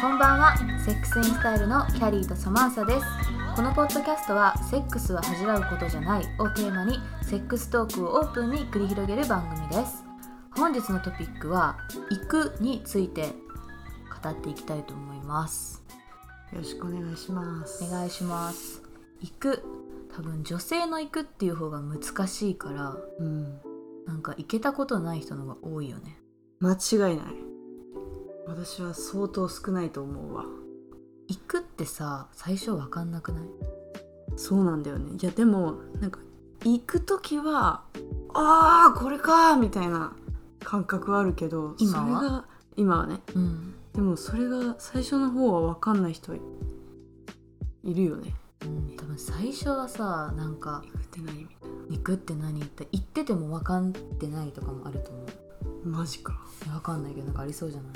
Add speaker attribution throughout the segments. Speaker 1: こんばんはセックスインスタイルのキャリーとサマンサですこのポッドキャストは「セックスは恥じらうことじゃない」をテーマにセックストークをオープンに繰り広げる番組です本日のトピックは「行く」について語っていきたいと思います
Speaker 2: よろしくお願いします。
Speaker 1: お願いします行く多分女性の行くっていう方が難しいから
Speaker 2: うん、
Speaker 1: なんか行けたことない人の方が多いよね
Speaker 2: 間違いない。私は相当少ないと思うわ。
Speaker 1: 行くってさ最初分かんなくない
Speaker 2: そうなんだよね。いやでもなんか行く時はああこれかーみたいな感覚はあるけど、
Speaker 1: 今は
Speaker 2: それが今はね。
Speaker 1: うん
Speaker 2: でもそれが最初の方は分かんない人いるよね。
Speaker 1: うん多分最初はさなんか
Speaker 2: 行くって何みたい
Speaker 1: 「肉って何?」って言ってても分かってないとかもあると思う
Speaker 2: な。マジか。
Speaker 1: 分かんないけどなんかありそうじゃない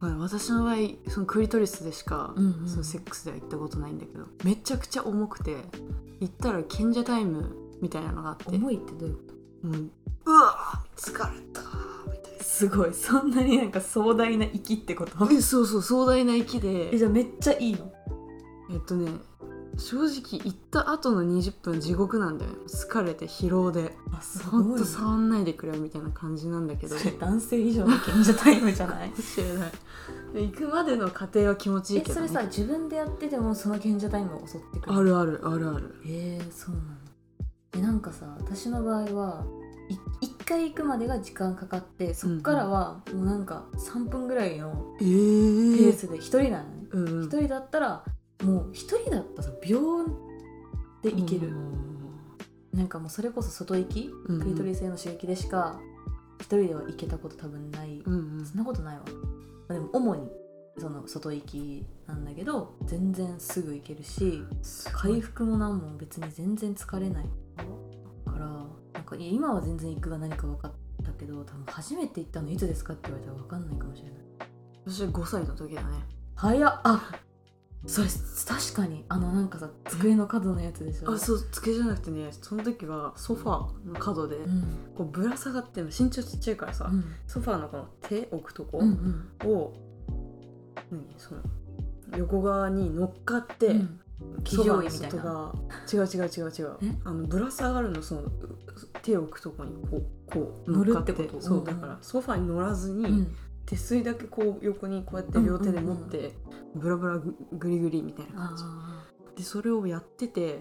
Speaker 2: まあ私の場合そのクリトリスでしか、
Speaker 1: うんうん
Speaker 2: そのセックスでは行ったことないんだけどめちゃくちゃ重くて行ったら賢者タイムみたいなのがあって
Speaker 1: 重いってどういうこ
Speaker 2: もううわ疲れたみたい
Speaker 1: とすごいそんなになんか壮大な息ってこと
Speaker 2: なえそうそう壮大な息で
Speaker 1: じゃあめっちゃいいの
Speaker 2: えっとね正直行った後の20分地獄なんだよね疲れて疲労で
Speaker 1: あす
Speaker 2: ほん
Speaker 1: ごい
Speaker 2: と触んないでくれみたいな感じなんだけど
Speaker 1: それ男性以上の賢者タイムじゃない
Speaker 2: もしれないで行くまでの過程は気持ちいい
Speaker 1: え
Speaker 2: けど、
Speaker 1: そ
Speaker 2: ね、
Speaker 1: れさ自分でやっててもその賢者タイムを襲ってく
Speaker 2: あ
Speaker 1: る
Speaker 2: るあるあるある
Speaker 1: えー、そうなのえなんかさ私の場合はい一回行くまでが時間かかってそっからはもうなんか3分ぐらいの
Speaker 2: ええ
Speaker 1: ペー
Speaker 2: ー、
Speaker 1: スで一人なのね、
Speaker 2: うんうん
Speaker 1: 一人だったらもう一人だったらさ秒でいける、なんかもうそれこそ外行き、
Speaker 2: うんうん
Speaker 1: クリトリスへの刺激でしか一人では行けたこと多分ない、
Speaker 2: うんうん
Speaker 1: そんなことないわ、まあでも主にその外行きなんだけど全然すぐ行けるし回復もなんも別に全然疲れないからなんかいや今は全然行くが何か分かったけど多分初めて行ったのいつですかって言われたら分かんないかもしれない
Speaker 2: 私は5歳の時だね
Speaker 1: 早っあそれ確かにあのなんかさ机の角のやつでしょ
Speaker 2: あそう机じゃなくてねその時はソファーの角で
Speaker 1: うん
Speaker 2: こうぶら下がってんの身長ちっちゃいからさ、
Speaker 1: うん
Speaker 2: ソファーのこの手置くとこ
Speaker 1: うんうん
Speaker 2: を、何その横側に乗っかって、
Speaker 1: うん
Speaker 2: ソフ
Speaker 1: 騎乗
Speaker 2: ァーの
Speaker 1: 位みたいな
Speaker 2: 外側違う違う違う違う
Speaker 1: え
Speaker 2: あのぶら下がるのそのう手を置くとこにこうこう
Speaker 1: 乗る
Speaker 2: 乗っかって
Speaker 1: ってこと
Speaker 2: そううんだからソファーに乗らずに、
Speaker 1: うん
Speaker 2: 手すりだけこう横にこうやって両手で持って、ブラブラぐぐりぐりみたいな感じ
Speaker 1: あ
Speaker 2: でそれをやってて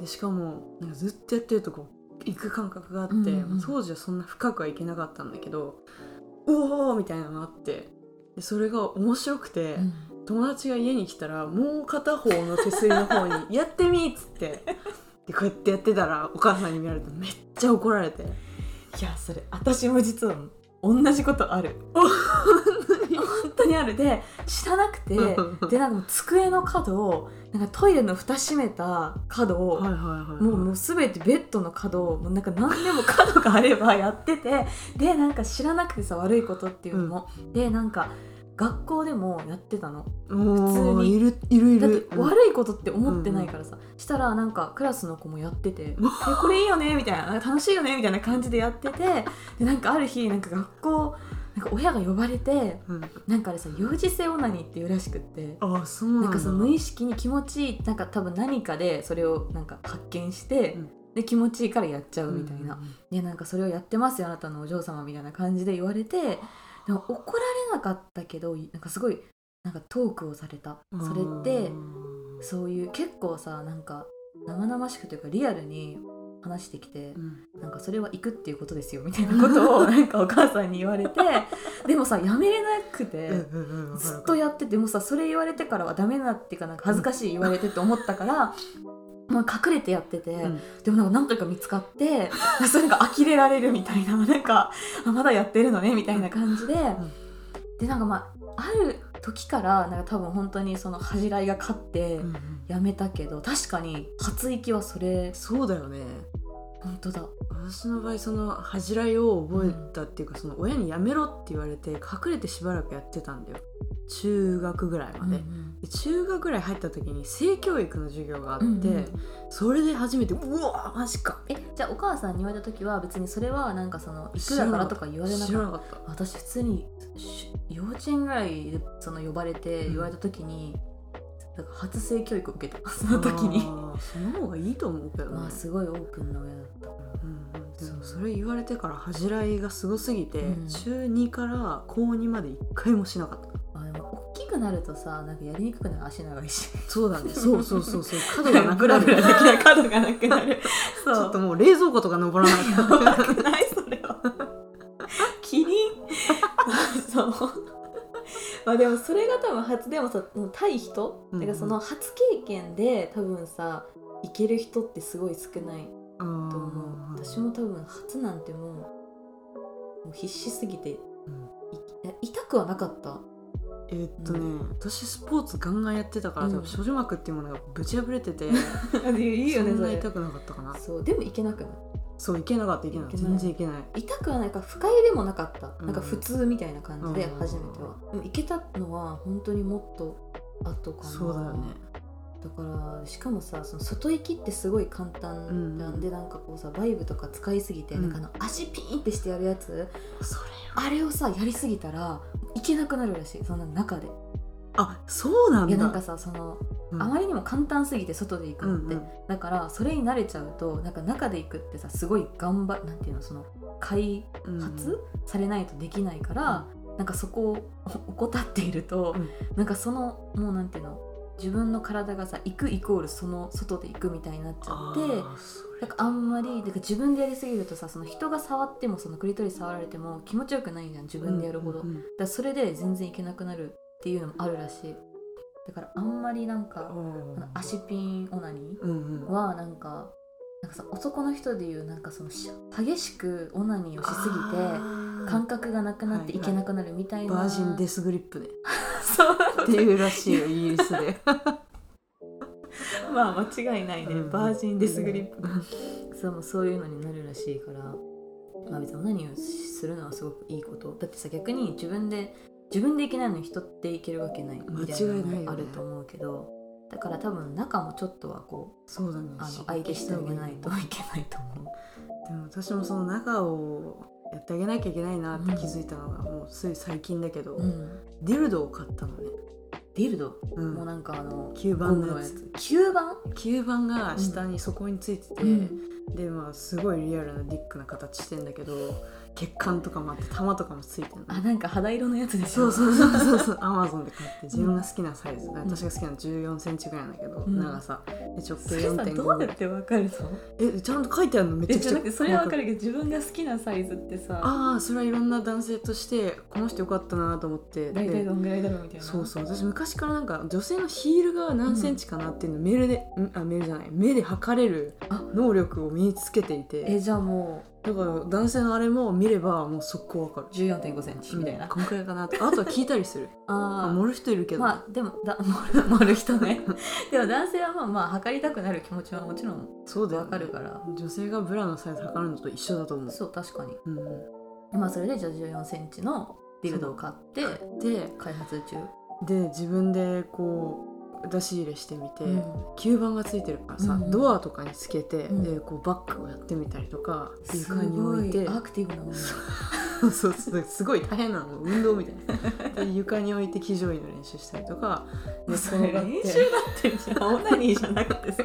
Speaker 2: でしかもなんかずっとやってるとこ行く感覚があって、
Speaker 1: うんうんうん
Speaker 2: 当時はそんな深くはいけなかったんだけどおおみたいなのがあってでそれが面白くて、
Speaker 1: ーうん
Speaker 2: 友達が家に来たらもう片方の手すりの方 に「やってみ!」っつってでこうやってやってたらお母さんに見られてめっちゃ怒られて
Speaker 1: いやそれ私も実は同じことある 本当にあるで知らなくてでなんかもう机の角をなんかトイレの蓋閉めた角を、
Speaker 2: はいはいはい、
Speaker 1: もうもう全てベッドの角をもうなんか何でも角があればやっててでなんか知らなくてさ悪いことっていうのも、でなんか学校でもやってたの
Speaker 2: もう
Speaker 1: 普通に
Speaker 2: いるいるい
Speaker 1: だっ
Speaker 2: る
Speaker 1: て悪いことって思ってないからさ、したらなんかクラスの子もやって て「えこれいいよね」みたいな「楽しいよね」みたいな感じでやっててでなんかある日なんか学校なんか親が呼ばれて
Speaker 2: うん
Speaker 1: なんかあれさ幼児性オナニーっていうらしくって。
Speaker 2: ああそうなん
Speaker 1: な
Speaker 2: だ
Speaker 1: んかその無意識に気持ちいいなんか多分何かでそれをなんか発見して、
Speaker 2: うん
Speaker 1: で気持ちいいからやっちゃうみたいな、いやなんかそれをやってますよあなたのお嬢様みたいな感じで言われてでも怒られなかったけどなんかすごいなんかトークをされた
Speaker 2: うんうん
Speaker 1: それってそういう結構さなんか生々しくというかリアルに話してきて
Speaker 2: うん
Speaker 1: なんかそれは行くっていうことですよみたいなことを なんかお母さんに言われてでもさやめれなくて。
Speaker 2: うんうんうんわかる
Speaker 1: ずっとやっててもうさそれ言われてからはダメだっていうかなんか恥ずかしい言われてって思ったから、まあ、隠れてやってて、
Speaker 2: うん
Speaker 1: でもなんか何回か見つかってそれが呆れられるみたいななんかあまだやってるのねみたいな感じで、
Speaker 2: ん
Speaker 1: でなんかまあある時からなんか多分本当にその恥じらいが勝って
Speaker 2: うんうん
Speaker 1: やめたけど確かに初息はそれ
Speaker 2: そうだよね
Speaker 1: 本当だ
Speaker 2: 私の場合その恥じらいを覚えたっていうか、その親にやめろって言われて隠れてしばらくやってたんだよ中学ぐらいまで、
Speaker 1: うん
Speaker 2: で中学ぐらい入った時に性教育の授業があって、
Speaker 1: うんうん
Speaker 2: それで初めてうわマジか
Speaker 1: えじゃあお母さんに言われた時は別にそれはなんかそのいくらからとか言われな
Speaker 2: 知ら
Speaker 1: かっ
Speaker 2: なかった
Speaker 1: た私普通にし幼稚園ぐらいでその呼ばれて
Speaker 2: うん
Speaker 1: 言われた時に、なんか初性教育を受けたその時に
Speaker 2: あーその方がいいと思うけどね、
Speaker 1: まあすごい王くんの親だったか
Speaker 2: うんうんで
Speaker 1: そう
Speaker 2: もそれ言われてから恥じらいがすごすぎて、
Speaker 1: うん
Speaker 2: 中2から高2まで一回もしなかった
Speaker 1: らあでも大きくなるとさなんかやりにくくなる足長いし
Speaker 2: そうだねそうそうそうそう角
Speaker 1: グラ
Speaker 2: が
Speaker 1: グ
Speaker 2: な
Speaker 1: ラ
Speaker 2: くな
Speaker 1: で
Speaker 2: る
Speaker 1: きない角がなくなる
Speaker 2: ち
Speaker 1: そう
Speaker 2: ょっともう冷蔵庫とか登らない
Speaker 1: や ばくないそれは キリンそう まあでもそれが多分初でもさ対人、
Speaker 2: うんうん
Speaker 1: だからその初経験で多分さいける人ってすごい少ない
Speaker 2: と
Speaker 1: と思う私も多分初なんてもうもう必死すぎて、いや痛くはなかった
Speaker 2: えーっとね、私スポーツガンガンやってたから、
Speaker 1: うん
Speaker 2: 多分少女膜っていうものがぶち破れて て
Speaker 1: い
Speaker 2: そんな痛くなかったかな
Speaker 1: そうでもいけなくない
Speaker 2: そういけなかったいけない
Speaker 1: いけない
Speaker 2: 全然いけない
Speaker 1: 痛くはないから不快でもなかった、
Speaker 2: うん
Speaker 1: なんか普通みたいな感じで
Speaker 2: うん
Speaker 1: 初めては、でも行けたのは本当にもっと後かな
Speaker 2: そうだよね
Speaker 1: だからしかもさその外行きってすごい簡単なんで、なんかこうさバイブとか使いすぎて、
Speaker 2: う
Speaker 1: な
Speaker 2: ん
Speaker 1: んかあの足ピーンってしてやるやつ
Speaker 2: それ
Speaker 1: あれをさやりすぎたら行けなくなるらしいそんな中で
Speaker 2: あそうなん
Speaker 1: い
Speaker 2: だ
Speaker 1: やなんかさその、
Speaker 2: うん
Speaker 1: あまりにも簡単すぎて外で行くのって、
Speaker 2: うんうん
Speaker 1: だからそれに慣れちゃうとなんか中で行くってさすごい頑張なんていうのその快
Speaker 2: うん
Speaker 1: 発されないとできないから、なんかそこを怠っていると、
Speaker 2: うん
Speaker 1: なんかそのもうなんていうの自分の体がさ行くイコールその外で行くみたいになっちゃ
Speaker 2: あ
Speaker 1: って
Speaker 2: ーそ
Speaker 1: なんかあんまりなんか自分でやりすぎるとさその人が触ってもそのクリトリス触られても気持ちよくないじゃん自
Speaker 2: れ
Speaker 1: 分でやるほど、
Speaker 2: うんうんう
Speaker 1: だ
Speaker 2: ん
Speaker 1: からそれで全然いけなくなるっていうのもあるらしいだからあんまりなんか、あの足ピンオナニー
Speaker 2: うんうん
Speaker 1: はなんかなんかさ男の人でいうなんかそのし激しくオナニーをしすぎて感
Speaker 2: 感
Speaker 1: 覚がなくなって
Speaker 2: はい
Speaker 1: いけなくなるみたいな、
Speaker 2: バージ ンデスグリップでっ
Speaker 1: そう
Speaker 2: ていうらしいよイギリスで
Speaker 1: まあ間違いないね、
Speaker 2: うん
Speaker 1: バージンデスグリップ、
Speaker 2: う
Speaker 1: そうもうそういうのになるらしいからまあ別にオナニーをするのはすごくいいことだってさ逆に自分で自分でいけないのに人っていけるわけないみたいなの
Speaker 2: 間違いないよ
Speaker 1: も
Speaker 2: ね
Speaker 1: あると思うけど、だから多分中もちょっとはこう
Speaker 2: そうだね
Speaker 1: あの相手してあげないと
Speaker 2: で
Speaker 1: いけないと思う
Speaker 2: も私もその中をやってあげなきゃいけないなって気づいたのがもうつい最近だけど、
Speaker 1: うん
Speaker 2: ディルドを買ったのね、
Speaker 1: ディルド、
Speaker 2: うん
Speaker 1: もうなんかあの
Speaker 2: 吸
Speaker 1: ゴ
Speaker 2: 盤
Speaker 1: ム
Speaker 2: の
Speaker 1: の
Speaker 2: や
Speaker 1: や
Speaker 2: つ
Speaker 1: つ吸盤、
Speaker 2: 吸盤が下に底についてて、
Speaker 1: うん
Speaker 2: でまあすごいリアルなディックな形してんだけど血管とかもあって玉とかもついてるの
Speaker 1: あなんか肌色のやつでし
Speaker 2: そ
Speaker 1: ょ
Speaker 2: うそうそうそうそうアマゾン で買って自分が好きなサイズ、私が好きなの1 4センチぐらいなんだけど、
Speaker 1: うん
Speaker 2: 長さで直
Speaker 1: それさ
Speaker 2: 径
Speaker 1: どうや
Speaker 2: 4.5
Speaker 1: ってわかるの
Speaker 2: えちゃんと書いてあるのめち
Speaker 1: え
Speaker 2: ゃく
Speaker 1: じ
Speaker 2: ち
Speaker 1: ゃ
Speaker 2: ゃ
Speaker 1: なくてそれはわか
Speaker 2: る
Speaker 1: るけど自分が好きなサイズってさ
Speaker 2: ああそれはいろんな男性としてこの人よかったなと思って
Speaker 1: 大体
Speaker 2: で
Speaker 1: どんぐらいだろうみたいな
Speaker 2: そうそう私昔からなんか女性のヒールが何センチかなっていうのメールで、んあメールじゃない目で測れる
Speaker 1: あ
Speaker 2: 能力を身につけていて
Speaker 1: えじゃあも
Speaker 2: だから男性のあれも見ればもう速攻わかる
Speaker 1: う1 4 5センチみたい
Speaker 2: うん
Speaker 1: な、
Speaker 2: こんくらいかなとかあとは聞いたりするあ
Speaker 1: あ
Speaker 2: 盛る人いるけ
Speaker 1: あ
Speaker 2: ど、
Speaker 1: まあでもだ盛る盛る人ねでも男性はまあまあ測りたくなる気持ちはもちろん
Speaker 2: そうだよ、
Speaker 1: わ
Speaker 2: ね、
Speaker 1: かるから
Speaker 2: 女性がブラのサイズ測るのと一緒だと思う、
Speaker 1: そう確かに
Speaker 2: うん、
Speaker 1: まあそれでじゃあ1 4センチのディルドを買って
Speaker 2: で
Speaker 1: 開発中
Speaker 2: で自分でこう出し入れしてみて、
Speaker 1: うん
Speaker 2: 吸盤がついてるからさ、
Speaker 1: うん
Speaker 2: ドアとかにつけて、
Speaker 1: うん
Speaker 2: でこうバッグをやってみたりとか
Speaker 1: す
Speaker 2: 床に置い
Speaker 1: ご
Speaker 2: て
Speaker 1: いアクティブなもの
Speaker 2: そうそうすごい大変なの運動みたいなで床に置いて騎乗位の練習したり とかで
Speaker 1: それ
Speaker 2: 転がって
Speaker 1: 練習だってじゃあオナニーじゃなくてさ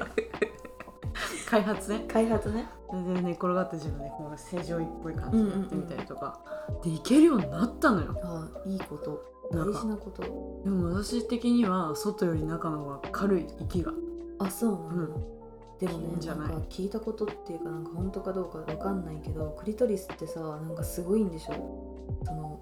Speaker 2: 開発ね
Speaker 1: 開発ね
Speaker 2: 全然寝転がって自分でこう正常位っぽい感じでやってみたりとか、でいけるようになったのよ
Speaker 1: ああいいこと
Speaker 2: な
Speaker 1: 大
Speaker 2: ん
Speaker 1: 事
Speaker 2: か
Speaker 1: なこと
Speaker 2: でも私的には外より中の方が軽い息が
Speaker 1: あそうなの、
Speaker 2: うん
Speaker 1: でも
Speaker 2: いいん
Speaker 1: ね
Speaker 2: じ
Speaker 1: な
Speaker 2: ゃ
Speaker 1: ん
Speaker 2: ない
Speaker 1: か聞いたことっていうかなんか本当かどうかわかんないけどクリトリスってさなんかすごいんでしょその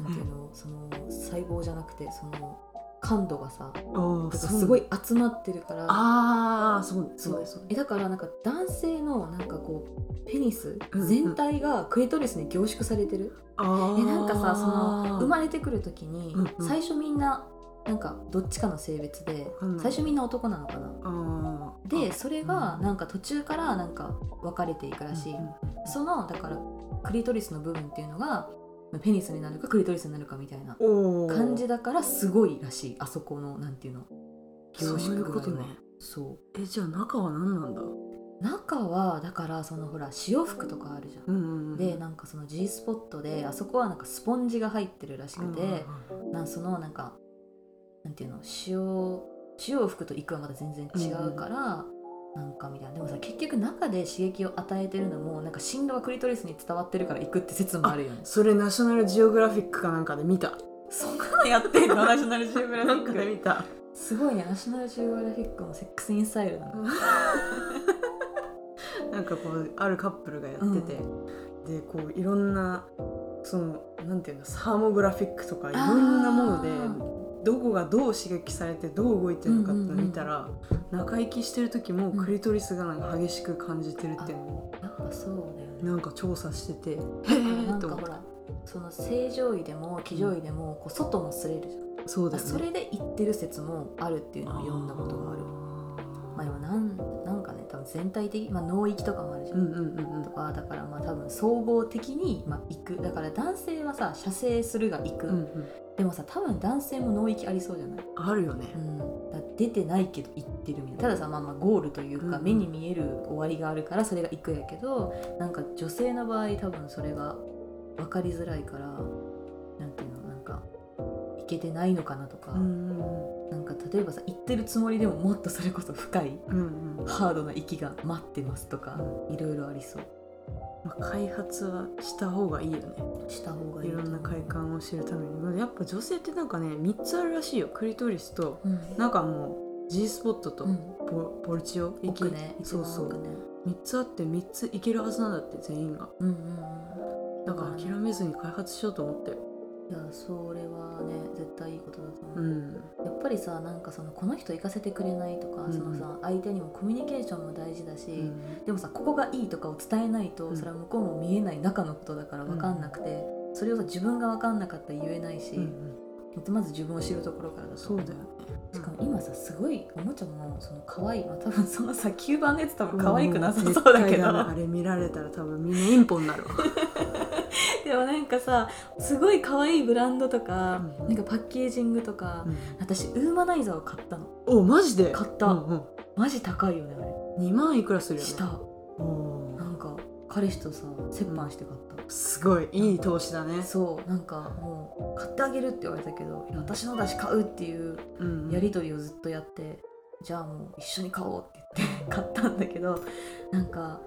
Speaker 1: なんていうの、その細胞じゃなくてその感度がさ
Speaker 2: あ
Speaker 1: とかすごい集まってるから
Speaker 2: ああそうそうです
Speaker 1: えだからなんか男性のなんかこうペニス
Speaker 2: うんうん
Speaker 1: 全体がクリトリスに凝縮されてる、
Speaker 2: あー
Speaker 1: えなんかさその生まれてくる時に、
Speaker 2: うんうん
Speaker 1: 最初みんななんかどっちかの性別で
Speaker 2: かんない
Speaker 1: 最初みんな男なのかな
Speaker 2: あー
Speaker 1: でそれがなんか途中からなんか分かれていくらしい、
Speaker 2: うんうん
Speaker 1: そのだからクリトリスの部分っていうのがペニスになるかクリトリスになるかみたいな
Speaker 2: おー
Speaker 1: 感じだからすごいらしいあそこのなんていうの
Speaker 2: そういうことね
Speaker 1: そ
Speaker 2: えじゃあ中は何なんだ
Speaker 1: う中はだからそのほら潮吹くとかあるじゃん、
Speaker 2: うんうん
Speaker 1: でなんかその G スポットであそこはなんかスポンジが入ってるらしくて、なんそのなんかなんていうの潮潮を吹くと行くはまた全然違うから、なんかみたいなでもさ結局中で刺激を与えてるのもなんか振動がクリトリスに伝わってるから行くって説もあるよね
Speaker 2: それナショナルジオグラフィックかなんかで見た
Speaker 1: そんなのやってんのナショナルジオグラフ
Speaker 2: な
Speaker 1: ィ
Speaker 2: ん
Speaker 1: ッ
Speaker 2: かで見
Speaker 1: ク
Speaker 2: た
Speaker 1: すごいねナショナルジオグラフィックもセックスインスタイルなの、
Speaker 2: なんかこうあるカップルがやってて、でこういろんなそのなんていうのサーモグラフィックとかいろんなもので
Speaker 1: あ
Speaker 2: どこがどう刺激されてどう動いてるのかっていう
Speaker 1: うんうん
Speaker 2: の
Speaker 1: う
Speaker 2: を
Speaker 1: ん
Speaker 2: 見たら、中息してる時もクリトリスがなんか激しく感じてるっていうのを
Speaker 1: やっぱそうだよね
Speaker 2: なんか調査してて、へ
Speaker 1: な
Speaker 2: え
Speaker 1: ん
Speaker 2: と
Speaker 1: か
Speaker 2: 思っ
Speaker 1: ほ
Speaker 2: た
Speaker 1: らその正常位でも気常位でもこう外も擦れるじゃん、
Speaker 2: そうだ
Speaker 1: あ
Speaker 2: よね
Speaker 1: それで行ってる説もあるっていうのを読んだことがあるまあ、でもなんなんかね多分全体的、まあ、脳域とかもあるじゃん、
Speaker 2: うんうんうんうん
Speaker 1: とかだからまあ多分総合的に、まあ、行くだから男性はさ射精するが行く、
Speaker 2: うんうん
Speaker 1: でもさ多分男性も脳域ありそうじゃない、
Speaker 2: あるよね
Speaker 1: うん、だから出てないけど行ってるみたいなたださまあまあゴールというか
Speaker 2: うん
Speaker 1: 目に見える終わりがあるからそれが行くやけどなんか女性の場合多分それが分かりづらいからなんていうのなんか行けてないのかなとか、
Speaker 2: うんうん
Speaker 1: なんか例えばさ行ってるつもりでももっとそれこそ深い
Speaker 2: うんうん
Speaker 1: ハードな息が待ってますとか、いろいろありそう
Speaker 2: まあ開発はした方がいいよね
Speaker 1: した方がいい
Speaker 2: いろんな快感を知るためにやっぱ女性ってなんかね3つあるらしいよクリトリスと
Speaker 1: うん
Speaker 2: なんかもう G スポットと
Speaker 1: うん
Speaker 2: ポ,、ポルチオ行
Speaker 1: 奥ね一
Speaker 2: そ
Speaker 1: 番
Speaker 2: うそ
Speaker 1: 奥
Speaker 2: う
Speaker 1: ね
Speaker 2: 3つあって3ついけるはずなんだって全員が
Speaker 1: うんうん
Speaker 2: だから諦めずに開発しようと思ってる
Speaker 1: うんいやそれはね絶対いいことだと思う、
Speaker 2: うん
Speaker 1: やっぱりさなんかそのこの人行かせてくれないとか、
Speaker 2: うんうん
Speaker 1: そのさ相手にもコミュニケーションも大事だし、
Speaker 2: うん
Speaker 1: でもさここがいいとかを伝えないと、
Speaker 2: うん
Speaker 1: それは向こうも見えない中のことだから分かんなくて、それをさ自分が分かんなかったら言えないし、
Speaker 2: うん
Speaker 1: まず自分を知るところからだと
Speaker 2: そ
Speaker 1: 思
Speaker 2: う
Speaker 1: う
Speaker 2: だよね
Speaker 1: しかも今さすごいおもちゃもその可愛いまあ多分そのさ吸盤のやつ多分可愛くなさそうだけ
Speaker 2: 絶対
Speaker 1: ど
Speaker 2: ダメあれ見られたら多分みんなインポになるわ
Speaker 1: でもなんかさすごい可愛いブランドとか、
Speaker 2: うん
Speaker 1: なんかパッケージングとか、
Speaker 2: うん
Speaker 1: 私ウーマナイザーを買ったの
Speaker 2: おマジで
Speaker 1: 買った
Speaker 2: うんうん
Speaker 1: マジ高いよね
Speaker 2: 2万いくらす
Speaker 1: あ
Speaker 2: る
Speaker 1: れ
Speaker 2: よね
Speaker 1: した
Speaker 2: おー
Speaker 1: なんか彼氏とさ折半して買った、
Speaker 2: すごいいい投資だね
Speaker 1: そうなんかもう買ってあげるって言われたけどいや私のだし買うっていう
Speaker 2: うん
Speaker 1: やり取りをずっとやって、じゃあもう一緒に買おうって言って 買ったんだけどなんか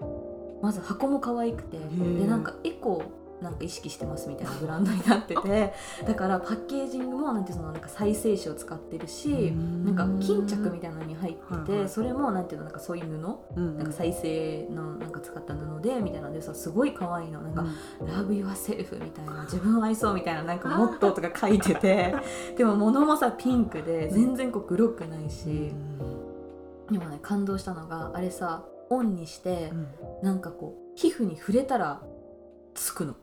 Speaker 1: まず箱も可愛くて
Speaker 2: ー
Speaker 1: でなんかエコなんか意識してますみたいなブランドになって てだからパッケージングもなんていうのなんか再生紙を使ってるし、なんか巾着みたいなのに入ってて、
Speaker 2: はいはい
Speaker 1: それもなんていうのなんかそういう布
Speaker 2: たいな
Speaker 1: なんか再生のなんか使った布でみたいなのでさすごい可愛いのなんか「Love Yourself」みたいな自分を愛そうみたいななんかモットーとか書いて てでも物もさピンクで全然こうグロくないし、でもね感動したのがあれさオンにしてなんかこう皮膚に触れたらつくの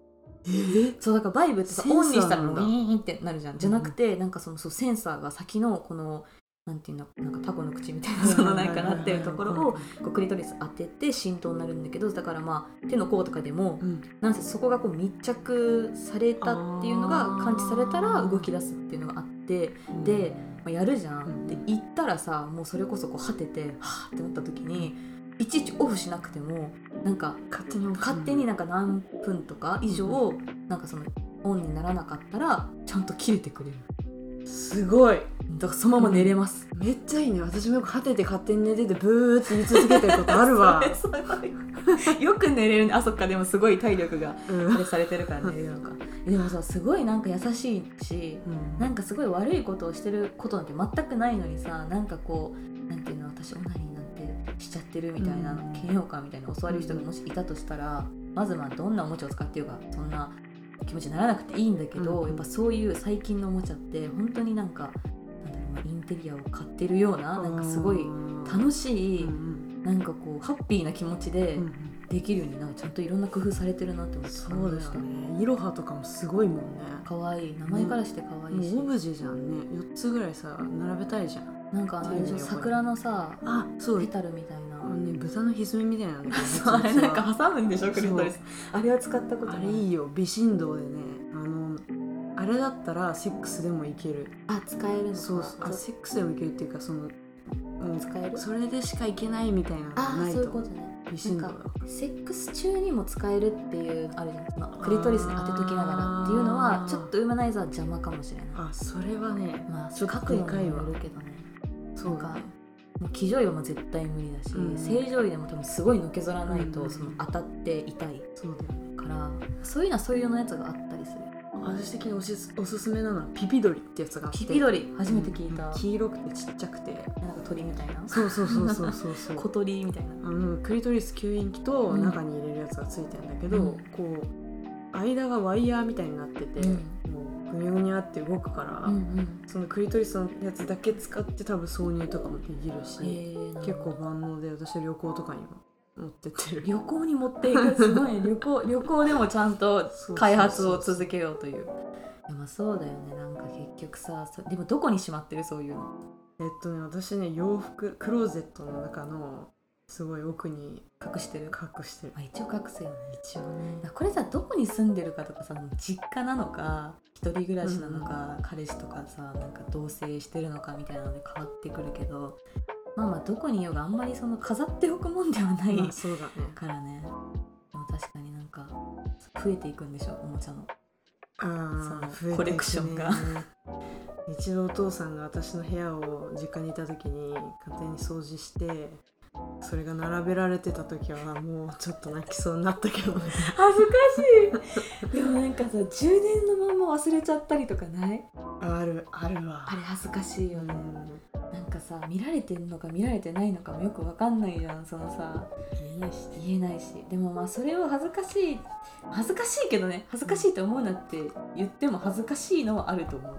Speaker 2: えー
Speaker 1: そうだからバイブってさ
Speaker 2: センサー
Speaker 1: オンにしたらウィ
Speaker 2: なんだ
Speaker 1: ーンってなるじゃんじゃなくてなんかそのそうセンサーが先のこのなんていうのなんかタコの口みたいなそのなんかなってるところをこうクリトリス当てて浸透になるんだけどだからまあ手の甲とかでも
Speaker 2: うん
Speaker 1: なんせそこがこう密着されたっていうのが感知されたら動き出すっていうのがあって、で、まあ、やるじゃ。
Speaker 2: うんん
Speaker 1: で行ったらさもうそれこそこう果ててはぁってなった時にいちいちオフしなくてもなんか
Speaker 2: 勝手に
Speaker 1: 勝手になんか何分とか以上なんかそのオンにならなかったらちゃんと切れてくれる。
Speaker 2: すごい
Speaker 1: だからそのまま寝れます。
Speaker 2: めっちゃいいね私もよく果てて勝手に寝ててブーって言い続けてることあるわ
Speaker 1: それそ れよく寝れるね。あそっかでもすごい体力が。
Speaker 2: うん
Speaker 1: あれされてるから寝れるのかでもさすごいなんか優しいし
Speaker 2: うん
Speaker 1: なんかすごい悪いことをしてることなんて全くないのにさなんかこうなんていうの私オナニーなんてしちゃってるみたいな、
Speaker 2: うん
Speaker 1: 嫌悪感みたいな教わる人がもしいたとしたらまずまあどんなおもちゃを使ってようがそんな気持ちにならなくていいんだけど、
Speaker 2: うん
Speaker 1: やっぱそういう最近のおもちゃって本当になんかなんだろうまあインテリアを買ってるようななんかすごい楽しい、
Speaker 2: うん
Speaker 1: なんかこうハッピーな気持ちで
Speaker 2: うんうん
Speaker 1: できるようになんかちゃんといろんな工夫されてるなって思って
Speaker 2: そうだよねイロハとかもすごいもんね
Speaker 1: 可愛い名前からして可愛いし、
Speaker 2: もうオブジェじゃんね4つぐらいさ並べたいじゃん
Speaker 1: なんかあのあれでしょ
Speaker 2: いいね
Speaker 1: 桜のさ
Speaker 2: あそう
Speaker 1: ペタルみたいな、
Speaker 2: あのね豚のひずみみたいなんだけど
Speaker 1: そうあれなんか挟むんでしょクリトリス
Speaker 2: そ
Speaker 1: あれは使ったことな
Speaker 2: あ
Speaker 1: い
Speaker 2: れいいよ微振動でねあのあれだったらセックスでもいける
Speaker 1: あ使えるのか
Speaker 2: そうそうあセックスでもいけるっていうかそのも
Speaker 1: 使える
Speaker 2: うそれでしかいけないみたいなのが
Speaker 1: あ
Speaker 2: な
Speaker 1: あ
Speaker 2: い
Speaker 1: そう
Speaker 2: と
Speaker 1: いうことね
Speaker 2: 微振動だ
Speaker 1: なんセックス中にも使えるっていうあるじゃないですかクリトリスに当てときながらっていうのは
Speaker 2: あー
Speaker 1: ちょっとウーマナイザーは邪魔かもしれない
Speaker 2: あそれはね
Speaker 1: まあ
Speaker 2: ちょっと
Speaker 1: 書くの
Speaker 2: でかい
Speaker 1: も
Speaker 2: わ
Speaker 1: よるけどね
Speaker 2: そ
Speaker 1: な
Speaker 2: うんだ
Speaker 1: か
Speaker 2: ね
Speaker 1: もう騎乗位はもう絶対無理だし、
Speaker 2: うん
Speaker 1: 正常位でも多分すごいのけぞらないと、
Speaker 2: うん
Speaker 1: その当たって痛い
Speaker 2: そうだよ
Speaker 1: からそういうのはそういうのやつがあったりする
Speaker 2: 私的におしすおすすめなのはピピドリってやつがあって
Speaker 1: ピピドリ初めて聞い
Speaker 2: うん
Speaker 1: た、
Speaker 2: 黄色くてちっちゃくて
Speaker 1: なんか鳥みたいな
Speaker 2: そうそうそうそうそうそう
Speaker 1: 小鳥みたいな
Speaker 2: あのクリトリス吸引器と
Speaker 1: うん
Speaker 2: 中に入れるやつがついてるんだけど、
Speaker 1: うん
Speaker 2: こう間がワイヤーみたいになってて、
Speaker 1: うん
Speaker 2: もうグニュグニャって動くから、
Speaker 1: うんうん
Speaker 2: そのクリトリスのやつだけ使って多分挿入とかもできる
Speaker 1: へ
Speaker 2: し、
Speaker 1: ーなんか
Speaker 2: 結構万能で私は旅行とかにも持ってってる
Speaker 1: 旅行に持っていくすごい旅 行旅行でもちゃんと開発を続けようというでもそうだよねなんか結局さそでもどこにしまってるそういうの
Speaker 2: えっとね私ね洋服クローゼットの中のすごい奥に
Speaker 1: 隠してる、
Speaker 2: 隠してる
Speaker 1: まあ、一応隠すよね
Speaker 2: 一応ね
Speaker 1: これさどこに住んでるかとかさ実家なのか一人暮らしなのか、彼氏とかさなんか同棲してるのかみたいなので変わってくるけどまあまあどこにいようがあんまりその飾っておくもんではない
Speaker 2: まあそうだね
Speaker 1: からねでも確かになんか増えていくんでしょおもちゃの
Speaker 2: ああ
Speaker 1: そのコレクション が
Speaker 2: 一度お父さんが私の部屋を実家にいた時に勝手に掃除してそれが並べられてた時はもうちょっと泣きそうになったけどね
Speaker 1: 恥ずかしい でもなんかさ充電のまま忘れちゃったりとかない
Speaker 2: あるあるわ
Speaker 1: あれ恥ずかしいよ
Speaker 2: う
Speaker 1: ね、
Speaker 2: ん
Speaker 1: なんかさ見られてんのか見られてないのかもよくわかんないじゃんそのさ言えないしでもまあそれを恥ずかしい恥ずかしいけどね恥ずかしいと思うなって言っても恥ずかしいのはあると思う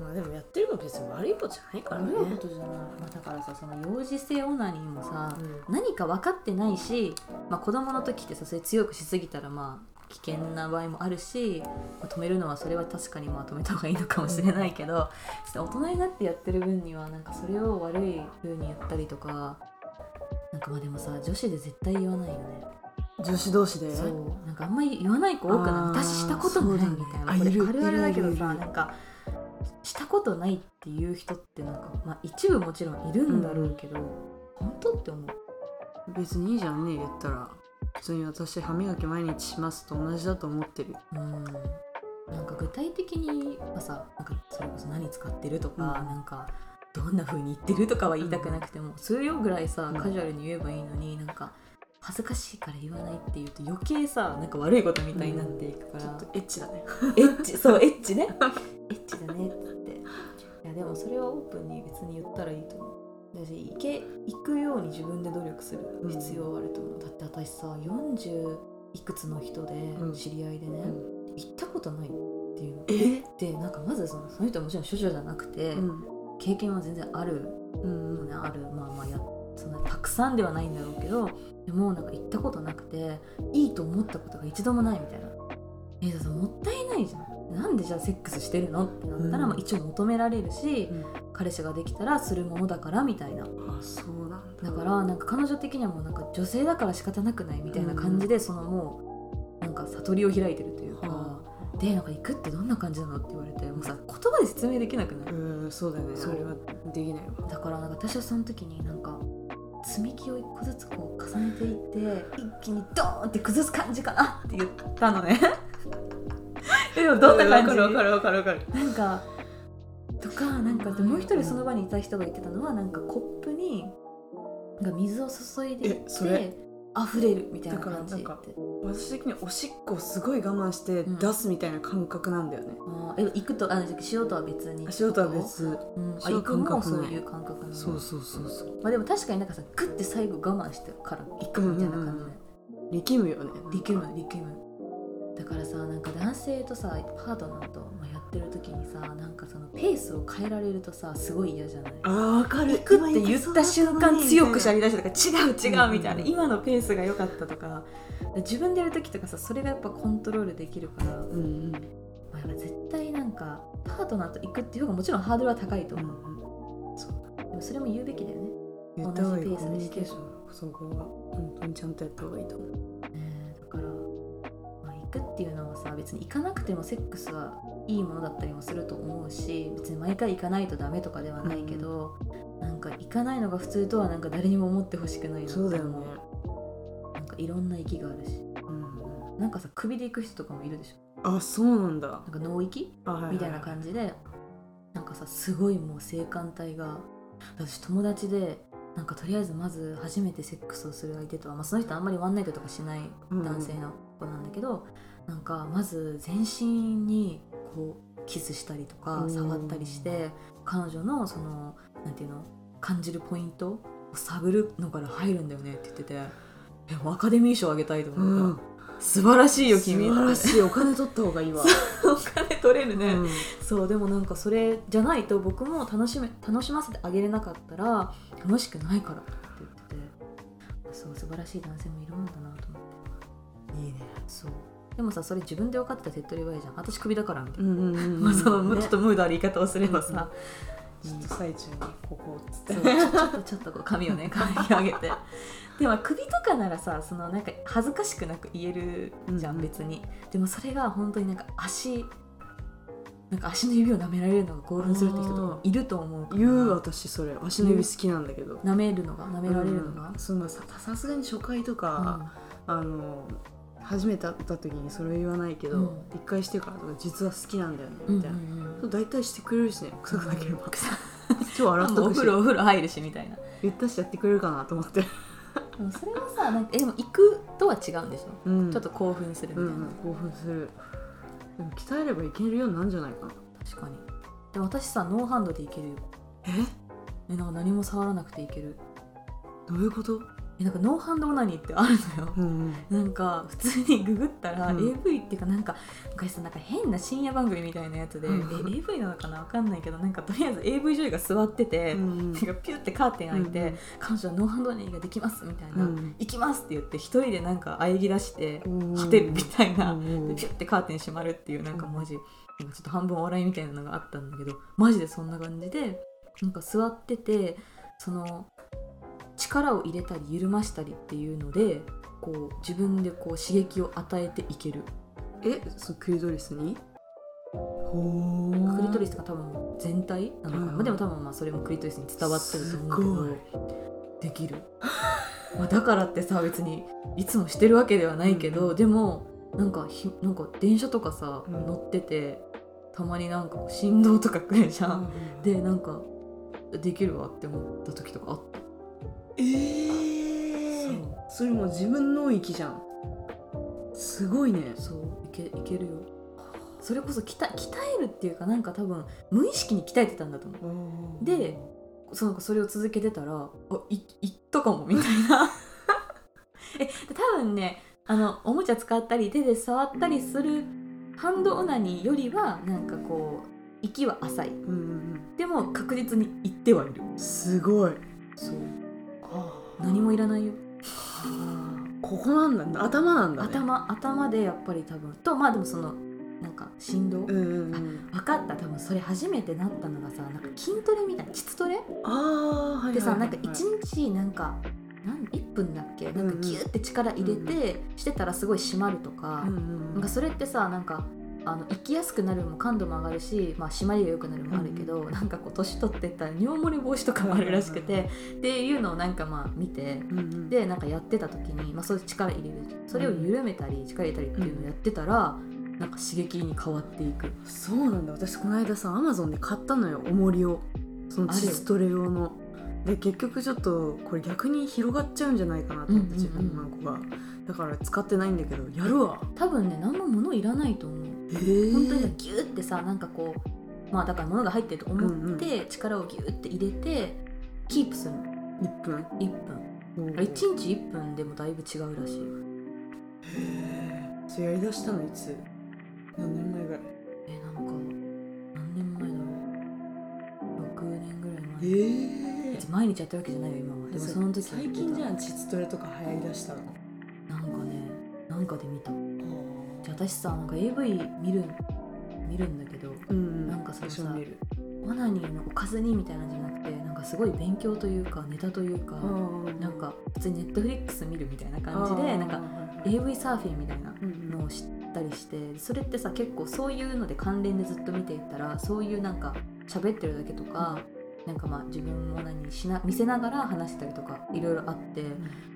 Speaker 2: まあでもやってるの別に悪いことじゃないからね
Speaker 1: 悪いことじゃない、まあ、だからさその幼児性オナニーもさ、
Speaker 2: うん
Speaker 1: 何か分かってないし、まあ、子供の時ってさそれ強くしすぎたらまあ危険な場合もあるし、まあ止めるのはそれは確かにまあ止めた方がいいのかもしれないけど、ちょっと大人になってやってる分にはなんかそれを悪い風に言ったりとかなんかまあでもさ女子で絶対言わないよね
Speaker 2: 女子同士で
Speaker 1: そうなんかあんまり言わない子多くな
Speaker 2: あ
Speaker 1: い
Speaker 2: ー
Speaker 1: 私したことない
Speaker 2: そうだね
Speaker 1: みたいな、
Speaker 2: あ
Speaker 1: こ
Speaker 2: い
Speaker 1: れあ
Speaker 2: る
Speaker 1: るあるだけど
Speaker 2: いるい
Speaker 1: さ
Speaker 2: るいる
Speaker 1: なんかしたことないっていう人ってなんか、まあ、一部もちろんいるんだろうけど、本当って思う
Speaker 2: 別にいいじゃんね言ったら普通に私歯磨き毎日しますと同じだと思ってる
Speaker 1: うんなんか具体的にはさなんかそれこそ何使ってるとか、
Speaker 2: うん
Speaker 1: なんかどんな風に言ってるとかは言いたくなくても、それよぐらいさ
Speaker 2: うん
Speaker 1: カジュアルに言えばいいのに、なんか恥ずかしいから言わないって言うと余計さなんか悪いことみたいになっていくか
Speaker 2: ちょ
Speaker 1: ら
Speaker 2: っ、とエッチだね
Speaker 1: エッ チそうエッチねエッチだねっていやでもそれはオープンに別に言ったらいいと思うだし行け行くように自分で努力する必要はあると思う、だって私さ40いくつの人で
Speaker 2: うん
Speaker 1: 知り合いでね、行ったことないっていうの
Speaker 2: え
Speaker 1: でなんかまずそのその人はもちろん処女じゃなくて、
Speaker 2: うん
Speaker 1: 経験は全然ある
Speaker 2: うん
Speaker 1: もねあるまあまあやそんなたくさんではないんだろうけどでもなんか行ったことなくていいと思ったことが一度もないみたいな。えー、だからもったいないじゃんなんでじゃあセックスしてるのってなったら、
Speaker 2: うん
Speaker 1: まあ、一応求められるし
Speaker 2: うん
Speaker 1: 彼氏ができたらするものだからみたいな
Speaker 2: あそうなんだ
Speaker 1: だからなんか彼女的にはもうなんか女性だから仕方なくないみたいな感じで、そのもうなんか悟りを開いてるというか、
Speaker 2: は
Speaker 1: でなんか行くってどんな感じなのって言われてもうさ言葉で説明できなくな
Speaker 2: う
Speaker 1: る、
Speaker 2: んそうだよね
Speaker 1: そう
Speaker 2: あれはできないわ
Speaker 1: だからなんか私はその時になんか積み木を一個ずつこう重ねていって一気にドーンって崩す感じかなって言ったのね えでもどんな感じ
Speaker 2: わかるわかるわかるわかる
Speaker 1: なんかとかなんかでもう一人その場にいた人が言ってたのはなんかコップになんか水を注いでいっ
Speaker 2: えそれ
Speaker 1: て溢れるみたいな
Speaker 2: だから
Speaker 1: 感じって
Speaker 2: なんか私的におしっこをすごい我慢して
Speaker 1: うん
Speaker 2: 出すみたいな感覚なんだよね、
Speaker 1: あーえ行くとあ塩とは別に
Speaker 2: 足音は別、
Speaker 1: うん、あ
Speaker 2: 塩
Speaker 1: 行くも
Speaker 2: 感覚
Speaker 1: そ
Speaker 2: な
Speaker 1: う
Speaker 2: い
Speaker 1: いう感覚なの
Speaker 2: そうそうそうそう
Speaker 1: まあでも確かになんかさグッて最後我慢してから行くみたいな感じで、
Speaker 2: 力むよね
Speaker 1: 力む力むだからさなんか男性とさパートナーとまあやってる時にさなんかそのペースを変えられるとさすごい嫌じゃない
Speaker 2: あーわかる
Speaker 1: 行くって言った瞬間強くしゃり
Speaker 2: り
Speaker 1: 出したとか違う違うみたいな
Speaker 2: うん
Speaker 1: 今のペースが良かったとか自分でやる時とかさそれがやっぱコントロールできるから、ま
Speaker 2: うん
Speaker 1: あ、やっぱ絶対なんかパートナーと行くっていう方がもちろんハードルは高いと
Speaker 2: うんう
Speaker 1: 思う、
Speaker 2: ん
Speaker 1: それも言うべきだよね
Speaker 2: 言った方がいい
Speaker 1: 同じペースで
Speaker 2: コミュニケーションそこは本当にちゃんとやった方がいいと思う
Speaker 1: ねだから、まあ、行くっていうのはさ別に行かなくてもセックスはいいものだったりもすると思うし別に毎回行かないとダメとかではないけど、なんか行かないのが普通とはなんか誰にも思ってほしくないなって
Speaker 2: そうだよね
Speaker 1: 思うなんかいろんな息があるし
Speaker 2: うん
Speaker 1: なんかさ首で行く人とかもいるでしょ
Speaker 2: あそうなんだ
Speaker 1: なんか脳域
Speaker 2: あはは
Speaker 1: みたいな感じでなんかさすごいもう性感帯が私友達でなんかとりあえずまず初めてセックスをする相手とは、まあ、その人あんまりワンナイトとかしない
Speaker 2: うん
Speaker 1: 男性の子なんだけど、なんかまず全身にこうキスしたりとか
Speaker 2: うん
Speaker 1: 触ったりして彼女のそのなんていうの感じるポイントを探るのから入るんだよねって言っててえもうアカデミー賞あげたいと
Speaker 2: う
Speaker 1: 思っ
Speaker 2: ん
Speaker 1: た、素晴らしいよ
Speaker 2: 素
Speaker 1: 君
Speaker 2: 晴 らしいお金取った方がいいわ
Speaker 1: お金取れるね、
Speaker 2: うん
Speaker 1: そうでもなんかそれじゃないと僕も楽しめ楽しませてあげれなかったら楽しくないからって言っててそう素晴らしい男性もいるもんだなと思って
Speaker 2: いいね
Speaker 1: そうでもさそれ自分で分かってたら手っ取り早いじゃん私首だからみたいな、
Speaker 2: うんうんう ん
Speaker 1: まあその
Speaker 2: ね
Speaker 1: ちょっとムードある言い方をすればさ、
Speaker 2: ちょっと最中にここっつって
Speaker 1: そうちょっとちょっとこう髪をね髪上げてでも首とかならさそのなんか恥ずかしくなく言えるじゃん、
Speaker 2: うんうん
Speaker 1: 別にでもそれが本当になんか足なんか足の指を舐められるのが興奮するって人とかもいると思うから
Speaker 2: 言う私それ足の指好きなんだけど
Speaker 1: 舐めるのが舐められるのが
Speaker 2: うん、そんなささすがに初回とか、あの初めて会った時にそれは言わないけ
Speaker 1: う
Speaker 2: ど
Speaker 1: ん
Speaker 2: 一、回してからとか実は好きなんだよね
Speaker 1: うん
Speaker 2: みたいな、そう大体してくれるしね臭くな け れば、超洗っ
Speaker 1: お
Speaker 2: とく
Speaker 1: 風
Speaker 2: し
Speaker 1: 呂お風呂入るしみたいな
Speaker 2: 言ったしやってくれるかなと思って、
Speaker 1: でもそれはさなんかえでも行くとは違うんでしょ、
Speaker 2: うん
Speaker 1: ちょっと興奮するみ
Speaker 2: う
Speaker 1: たい
Speaker 2: ん
Speaker 1: な、
Speaker 2: うん興奮するでも鍛えればいけるようになるんじゃないかな
Speaker 1: 確かにでも私さノーハンドでいけるよ
Speaker 2: え
Speaker 1: えなんか何も触らなくていける
Speaker 2: どういうこと、
Speaker 1: えなんかノーハンドオナニーってあるのよ
Speaker 2: うん
Speaker 1: なんか普通にググったら、
Speaker 2: うん
Speaker 1: AV っていうかなんか昔さなんか変な深夜番組みたいなやつで、
Speaker 2: うん
Speaker 1: え AV なのかなわかんないけどなんかとりあえず AV 女優が座ってて、
Speaker 2: うん
Speaker 1: なんかピュってカーテン開いて、
Speaker 2: うん
Speaker 1: 彼女はノーハンドオナニーができますみたいな、
Speaker 2: うん
Speaker 1: 行きますって言って一人でなんか喘ぎ出して
Speaker 2: うん
Speaker 1: 果てるみたいな、
Speaker 2: うん
Speaker 1: でピュッてカーテン閉まるっていうなんかマジなんかちょっと半分お笑いみたいなのがあったんだけどマジでそんな感じでなんか座っててその力を入れたり緩ましたりっていうのでこう自分でこう刺激を与えていける
Speaker 2: えそうクリトリスにほー
Speaker 1: クリトリスが多分全体なのかな、
Speaker 2: うん
Speaker 1: まあでも多分まあそれもクリトリスに伝わってると思
Speaker 2: す
Speaker 1: うけどできるまあだからってさ別にいつもしてるわけではないけど、
Speaker 2: うん
Speaker 1: でもなんかひなんか電車とかさ、
Speaker 2: うん
Speaker 1: 乗っててたまになんかこう振動とかくるじゃん、
Speaker 2: うん
Speaker 1: でなんかできるわって思った時とかあった
Speaker 2: え
Speaker 1: そ
Speaker 2: ー
Speaker 1: う
Speaker 2: それもう自分の域じゃんすごいね
Speaker 1: そういけいけるよそれこそ鍛え鍛えるっていうかなんか多分無意識に鍛えてたんだと思うでそのそれを続けてたらあい行ったかもみたいな え多分ねあのおもちゃ使ったり手で触ったりするハンドオナニーよりはなんかこう息は浅い
Speaker 2: うんうん
Speaker 1: でも確実に行ってはいる
Speaker 2: うんすごい
Speaker 1: そう
Speaker 2: 何
Speaker 1: 何もいらないよ
Speaker 2: ここなんだ頭なんだね
Speaker 1: 頭頭でやっぱり多分とまあでもそのなんか振動、
Speaker 2: うんうんうん
Speaker 1: 分かった多分それ初めてなったのがさなんか筋トレみたいな膣トレ
Speaker 2: ああはいはいはいはい
Speaker 1: でさなんか1日なんか何1分だっけなんかギューって力入れてしてたらすごい締まるとか、
Speaker 2: うんうんう
Speaker 1: なんんかそれってさなんかあの生きやすくなるも感度も上がるし、まあ、締まりが良くなるもあるけど、なんかこう年取ってったら尿漏れ防止とかもあるらしくて、っていうのをなんかまあ見て
Speaker 2: うんうん
Speaker 1: でなんかやってた時に、まあ、そういう力入れるそれを緩めたり力入れたりっていうのをやってたら、なんか刺激に変わっていく
Speaker 2: そうなんだ私この間さアマゾンで買ったのよ重りをそのチストレ用ので結局ちょっとこれ逆に広がっちゃうんじゃないかなと思って、
Speaker 1: うんうんうん
Speaker 2: 自分の子がだから使ってないんだけどやるわ
Speaker 1: 多分ね何も物いらないと思う
Speaker 2: えー
Speaker 1: 本当にギューってさなんかこうまあだから物が入ってると思って、力をギューって入れてキープするの
Speaker 2: 1分
Speaker 1: 1分あれ1日1分でもだいぶ違うらしい
Speaker 2: それやりだしたのいつ何年前ぐらい
Speaker 1: えなんか何年前だろう6年ぐらい前、
Speaker 2: え
Speaker 1: 別に毎日やってるわけじゃないよ今はでもその時
Speaker 2: 最近じゃ
Speaker 1: ん
Speaker 2: んチストレとか流行りだしたの
Speaker 1: なんかねなんかで見たじゃあ私さなんか AV 見る見るんだけど
Speaker 2: うん
Speaker 1: なんかそのさ
Speaker 2: 一緒に見る
Speaker 1: オナニーのおかずにみたいなんじゃなくてなんかすごい勉強というかネタというか、なんか普通にネットフリックス見るみたいな感じでなんか AV サーフィンみたいなのを知ったりしてそれってさ結構そういうので関連でずっと見ていったらそういうなんか喋ってるだけとか、なんかまあ自分を何しな見せながら話したりとかいろいろあって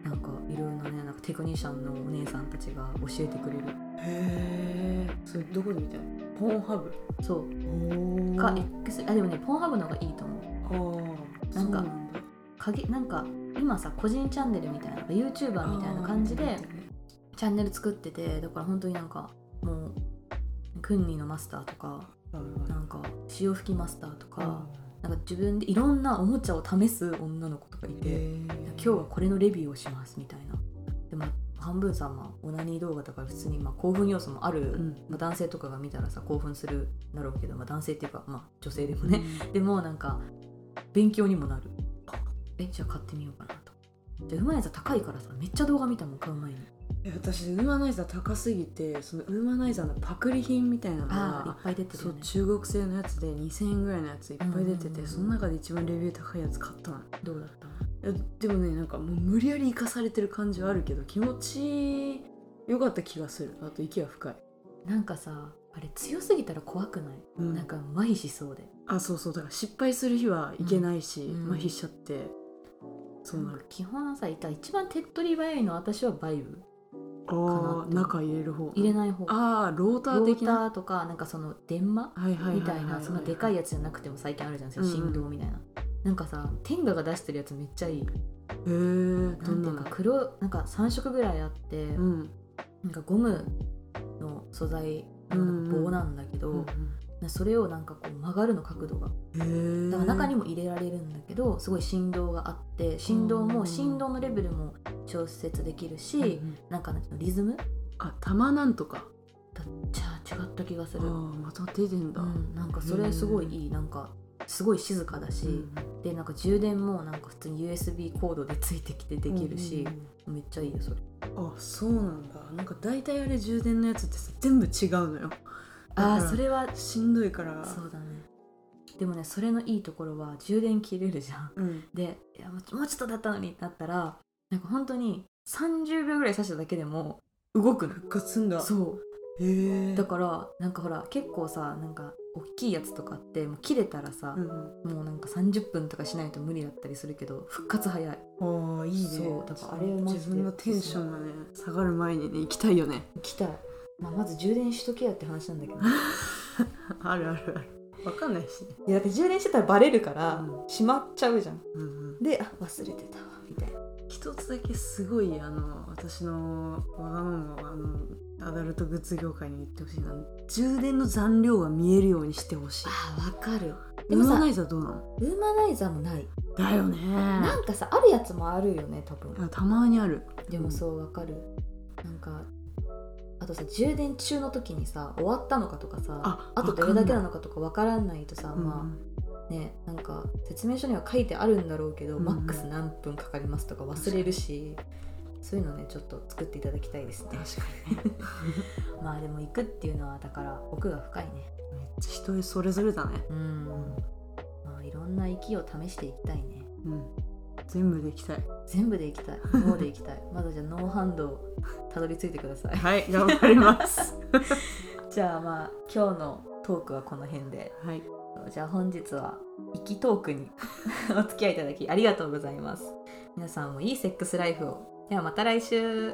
Speaker 1: なんかいろいろなねなんかテクニシャンのお姉さんたちが教えてくれる
Speaker 2: へえそれどこで見たのポーンハブ
Speaker 1: そう
Speaker 2: お
Speaker 1: か X あでもねポンハブの方がいいと思う
Speaker 2: あー
Speaker 1: なんか
Speaker 2: そうなんだ
Speaker 1: 鍵なんか今さ個人チャンネルみたいな YouTuber みたいな感じでチャンネル作っててだから本当になんかもうクンニーのマスターとか
Speaker 2: あー
Speaker 1: なんか潮吹きマスターとかな
Speaker 2: あ、
Speaker 1: んか自分でいろんなおもちゃを試す女の子とかい
Speaker 2: ー
Speaker 1: て、
Speaker 2: へー
Speaker 1: 今日はこれのレビューをしますみたいなでも半分さまあオナニー動画だから普通にまあ興奮要素もある、
Speaker 2: ん
Speaker 1: まあ、男性とかが見たらさ興奮するだろうけど、まあ、男性っていうか、まあ、女性でもねでもなんか勉強にもなるえじゃあ買ってみようかなとでうまいやつは高いからさめっちゃ動画見たもん買う前に
Speaker 2: え私ウーマナイザー高すぎてそのウーマナイザーのパクリ品みたいなの
Speaker 1: ああい
Speaker 2: が
Speaker 1: っぱい出てる
Speaker 2: そ
Speaker 1: よ
Speaker 2: う
Speaker 1: ね
Speaker 2: 中国製のやつで2000円ぐらいのやついっぱい出て
Speaker 1: うんうん
Speaker 2: て、
Speaker 1: うん
Speaker 2: その中で一番レビュー高いやつ買ったの
Speaker 1: どうだった
Speaker 2: いやでもねなんかもう無理やり生かされてる感じはあるけど気持ち良かった気がするあと息は深い、
Speaker 1: なんかさあれ強すぎたら怖くない、
Speaker 2: うん
Speaker 1: なんか麻痺しそうで
Speaker 2: あそうそうだから失敗する日はいけないし、
Speaker 1: うん
Speaker 2: 麻痺しちゃってそうな
Speaker 1: なんか
Speaker 2: る
Speaker 1: 基本はさいた一番手っ取り早いのは私はバイブなっ
Speaker 2: ああ
Speaker 1: て
Speaker 2: 中入れる方
Speaker 1: 入れない方
Speaker 2: ああロータ
Speaker 1: ロ
Speaker 2: ー
Speaker 1: ー
Speaker 2: 的
Speaker 1: タ
Speaker 2: な
Speaker 1: ーとかなんかその電話
Speaker 2: はいはいはい
Speaker 1: みたいなそのでかい
Speaker 2: や
Speaker 1: やつじゃなくても最近あるじゃん
Speaker 2: うんうん
Speaker 1: 振動みたいな、なんかさ天下が出してるやつめっちゃいい
Speaker 2: つへ
Speaker 1: な
Speaker 2: えど
Speaker 1: ん
Speaker 2: ん
Speaker 1: てい
Speaker 2: な
Speaker 1: う
Speaker 2: の
Speaker 1: か黒なんか3色ぐらいあって、
Speaker 2: うん
Speaker 1: なんかゴムの素材のなんか棒なんだけど、それをなんかこう曲がるの角度が
Speaker 2: へえ
Speaker 1: だから中にも入れられるんだけどすごい振動があって振動
Speaker 2: う
Speaker 1: も
Speaker 2: ん
Speaker 1: 振動のレベルも調節できるし、
Speaker 2: うん
Speaker 1: なんかなんていうのリズム
Speaker 2: あ玉なんとか
Speaker 1: じゃあ違った気がす
Speaker 2: あ
Speaker 1: る、
Speaker 2: ーまた出てんだ、
Speaker 1: うんなんかそれすごいいいなんかすごい静かだし、でなんか充電もなんか普通に USB コードでついてきてできるし、めっちゃいいよそれ
Speaker 2: あそうなんだなんか大体あれ充電のやつってさ全部違うのよ
Speaker 1: あ
Speaker 2: だ
Speaker 1: あ
Speaker 2: から
Speaker 1: それは
Speaker 2: しんどいから
Speaker 1: そうだねでもねそれのいいところは充電切れるじゃん
Speaker 2: うん
Speaker 1: でいやもうちょもうちょっとだったのにだったらなんか本当に30秒ぐらい刺しただけでも動くの
Speaker 2: 復活すんだ
Speaker 1: そう
Speaker 2: へえ
Speaker 1: だからなんかほら結構さなんか大きいやつとかってもう切れたらさ
Speaker 2: う、ん
Speaker 1: もうなんか30分とかしないと無理だったりするけど復活早い
Speaker 2: うん、ああいいね
Speaker 1: そうだからあれはマジで
Speaker 2: 自分のテンションがね下がる前にね行きたい よね
Speaker 1: 来たい、まあ、まず充電しとけよって話なんだけど
Speaker 2: あるあるあるわかんないしね、
Speaker 1: いやだって充電してたらバレるから
Speaker 2: う
Speaker 1: しまっちゃうじゃん
Speaker 2: うんうん、
Speaker 1: であ忘れてたわみたいな
Speaker 2: 一つだけすごいあの私のわがままをあのアダルトグッズ業界に言ってほしいな充電の残量が見えるようにしてほしい
Speaker 1: あわかるで
Speaker 2: で
Speaker 1: も
Speaker 2: も
Speaker 1: さ
Speaker 2: さないどうなの
Speaker 1: ウーマナイザーもない
Speaker 2: だよね
Speaker 1: なんかさあるやつもあるよね多分
Speaker 2: あたまにある
Speaker 1: でもそうわかるなんかあとさ充電中の時にさ終わったのかとかさ
Speaker 2: あ
Speaker 1: とどれだけなのかとかわからないとさ
Speaker 2: うん
Speaker 1: まあねなんか説明書には書いてあるんだろうけど、
Speaker 2: うん
Speaker 1: マックス何分かかりますとか忘れるしそういうのねちょっと作っていただきたいですね
Speaker 2: 確か
Speaker 1: まあでも行くっていうのはだから奥が深いね
Speaker 2: にね人それぞれだね
Speaker 1: うんまあいろんな息を試していきたいね
Speaker 2: うん全部できたい
Speaker 1: 全部で行きたい脳で行きたい まだじゃあノーハンドたどり着いてください
Speaker 2: はい頑張ります
Speaker 1: じゃあまあ今日のトークはこの辺で
Speaker 2: はい
Speaker 1: じゃあ本日は息トークに お付き合いいただきありがとうございます皆さんもいいセックスライフをではまた来週